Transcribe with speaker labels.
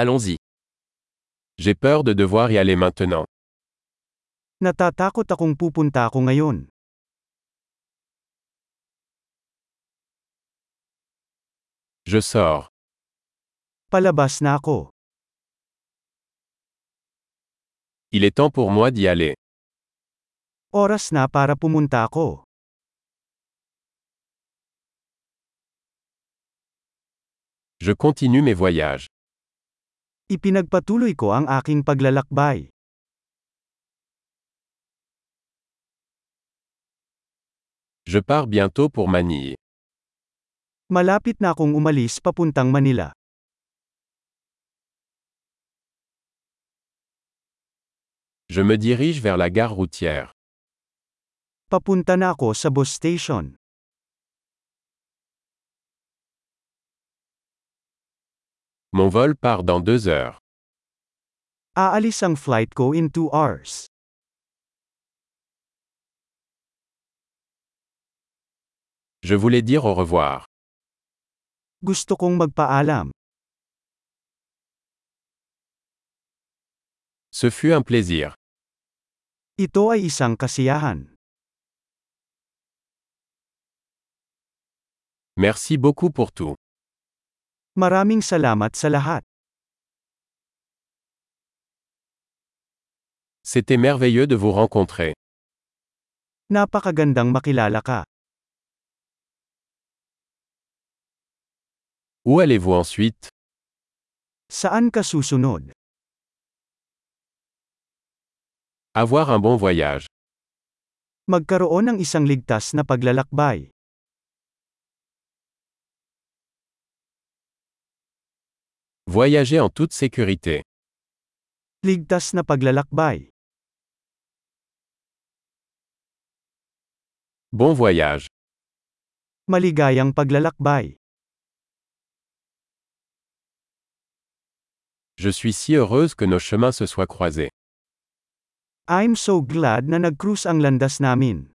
Speaker 1: Allons-y. J'ai peur de devoir y aller maintenant.
Speaker 2: Natatakot akong pupunta ako ngayon.
Speaker 1: Je sors.
Speaker 2: Palabas na ako.
Speaker 1: Il est temps pour moi d'y aller.
Speaker 2: Oras na para pumunta ako.
Speaker 1: Je continue mes voyages.
Speaker 2: Ipinagpatuloy ko ang aking paglalakbay.
Speaker 1: Je pars bientôt pour Manille.
Speaker 2: Malapit na akong umalis papuntang Manila.
Speaker 1: Je me dirige vers la gare routière.
Speaker 2: Papunta na ako sa bus station.
Speaker 1: Mon vol part dans deux heures.
Speaker 2: Aalis ang flight ko in 2 hours.
Speaker 1: Je voulais dire au revoir.
Speaker 2: Gusto kong magpaalam.
Speaker 1: Ce fut un plaisir.
Speaker 2: Ito ay isang kasiyahan.
Speaker 1: Merci beaucoup pour tout.
Speaker 2: Maraming salamat sa lahat.
Speaker 1: C'était merveilleux de vous rencontrer.
Speaker 2: Napakagandang makilala ka.
Speaker 1: Où allez-vous ensuite
Speaker 2: Saan ka susunod?
Speaker 1: Avoir un bon voyage.
Speaker 2: Magkaroon ng isang ligtas na paglalakbay.
Speaker 1: Voyager en toute sécurité.
Speaker 2: Ligtas na paglalakbay.
Speaker 1: Bon voyage.
Speaker 2: Maligayang paglalakbay.
Speaker 1: Je suis si heureuse que nos chemins se soient croisés.
Speaker 2: I'm so glad na nag-cruise ang landas namin.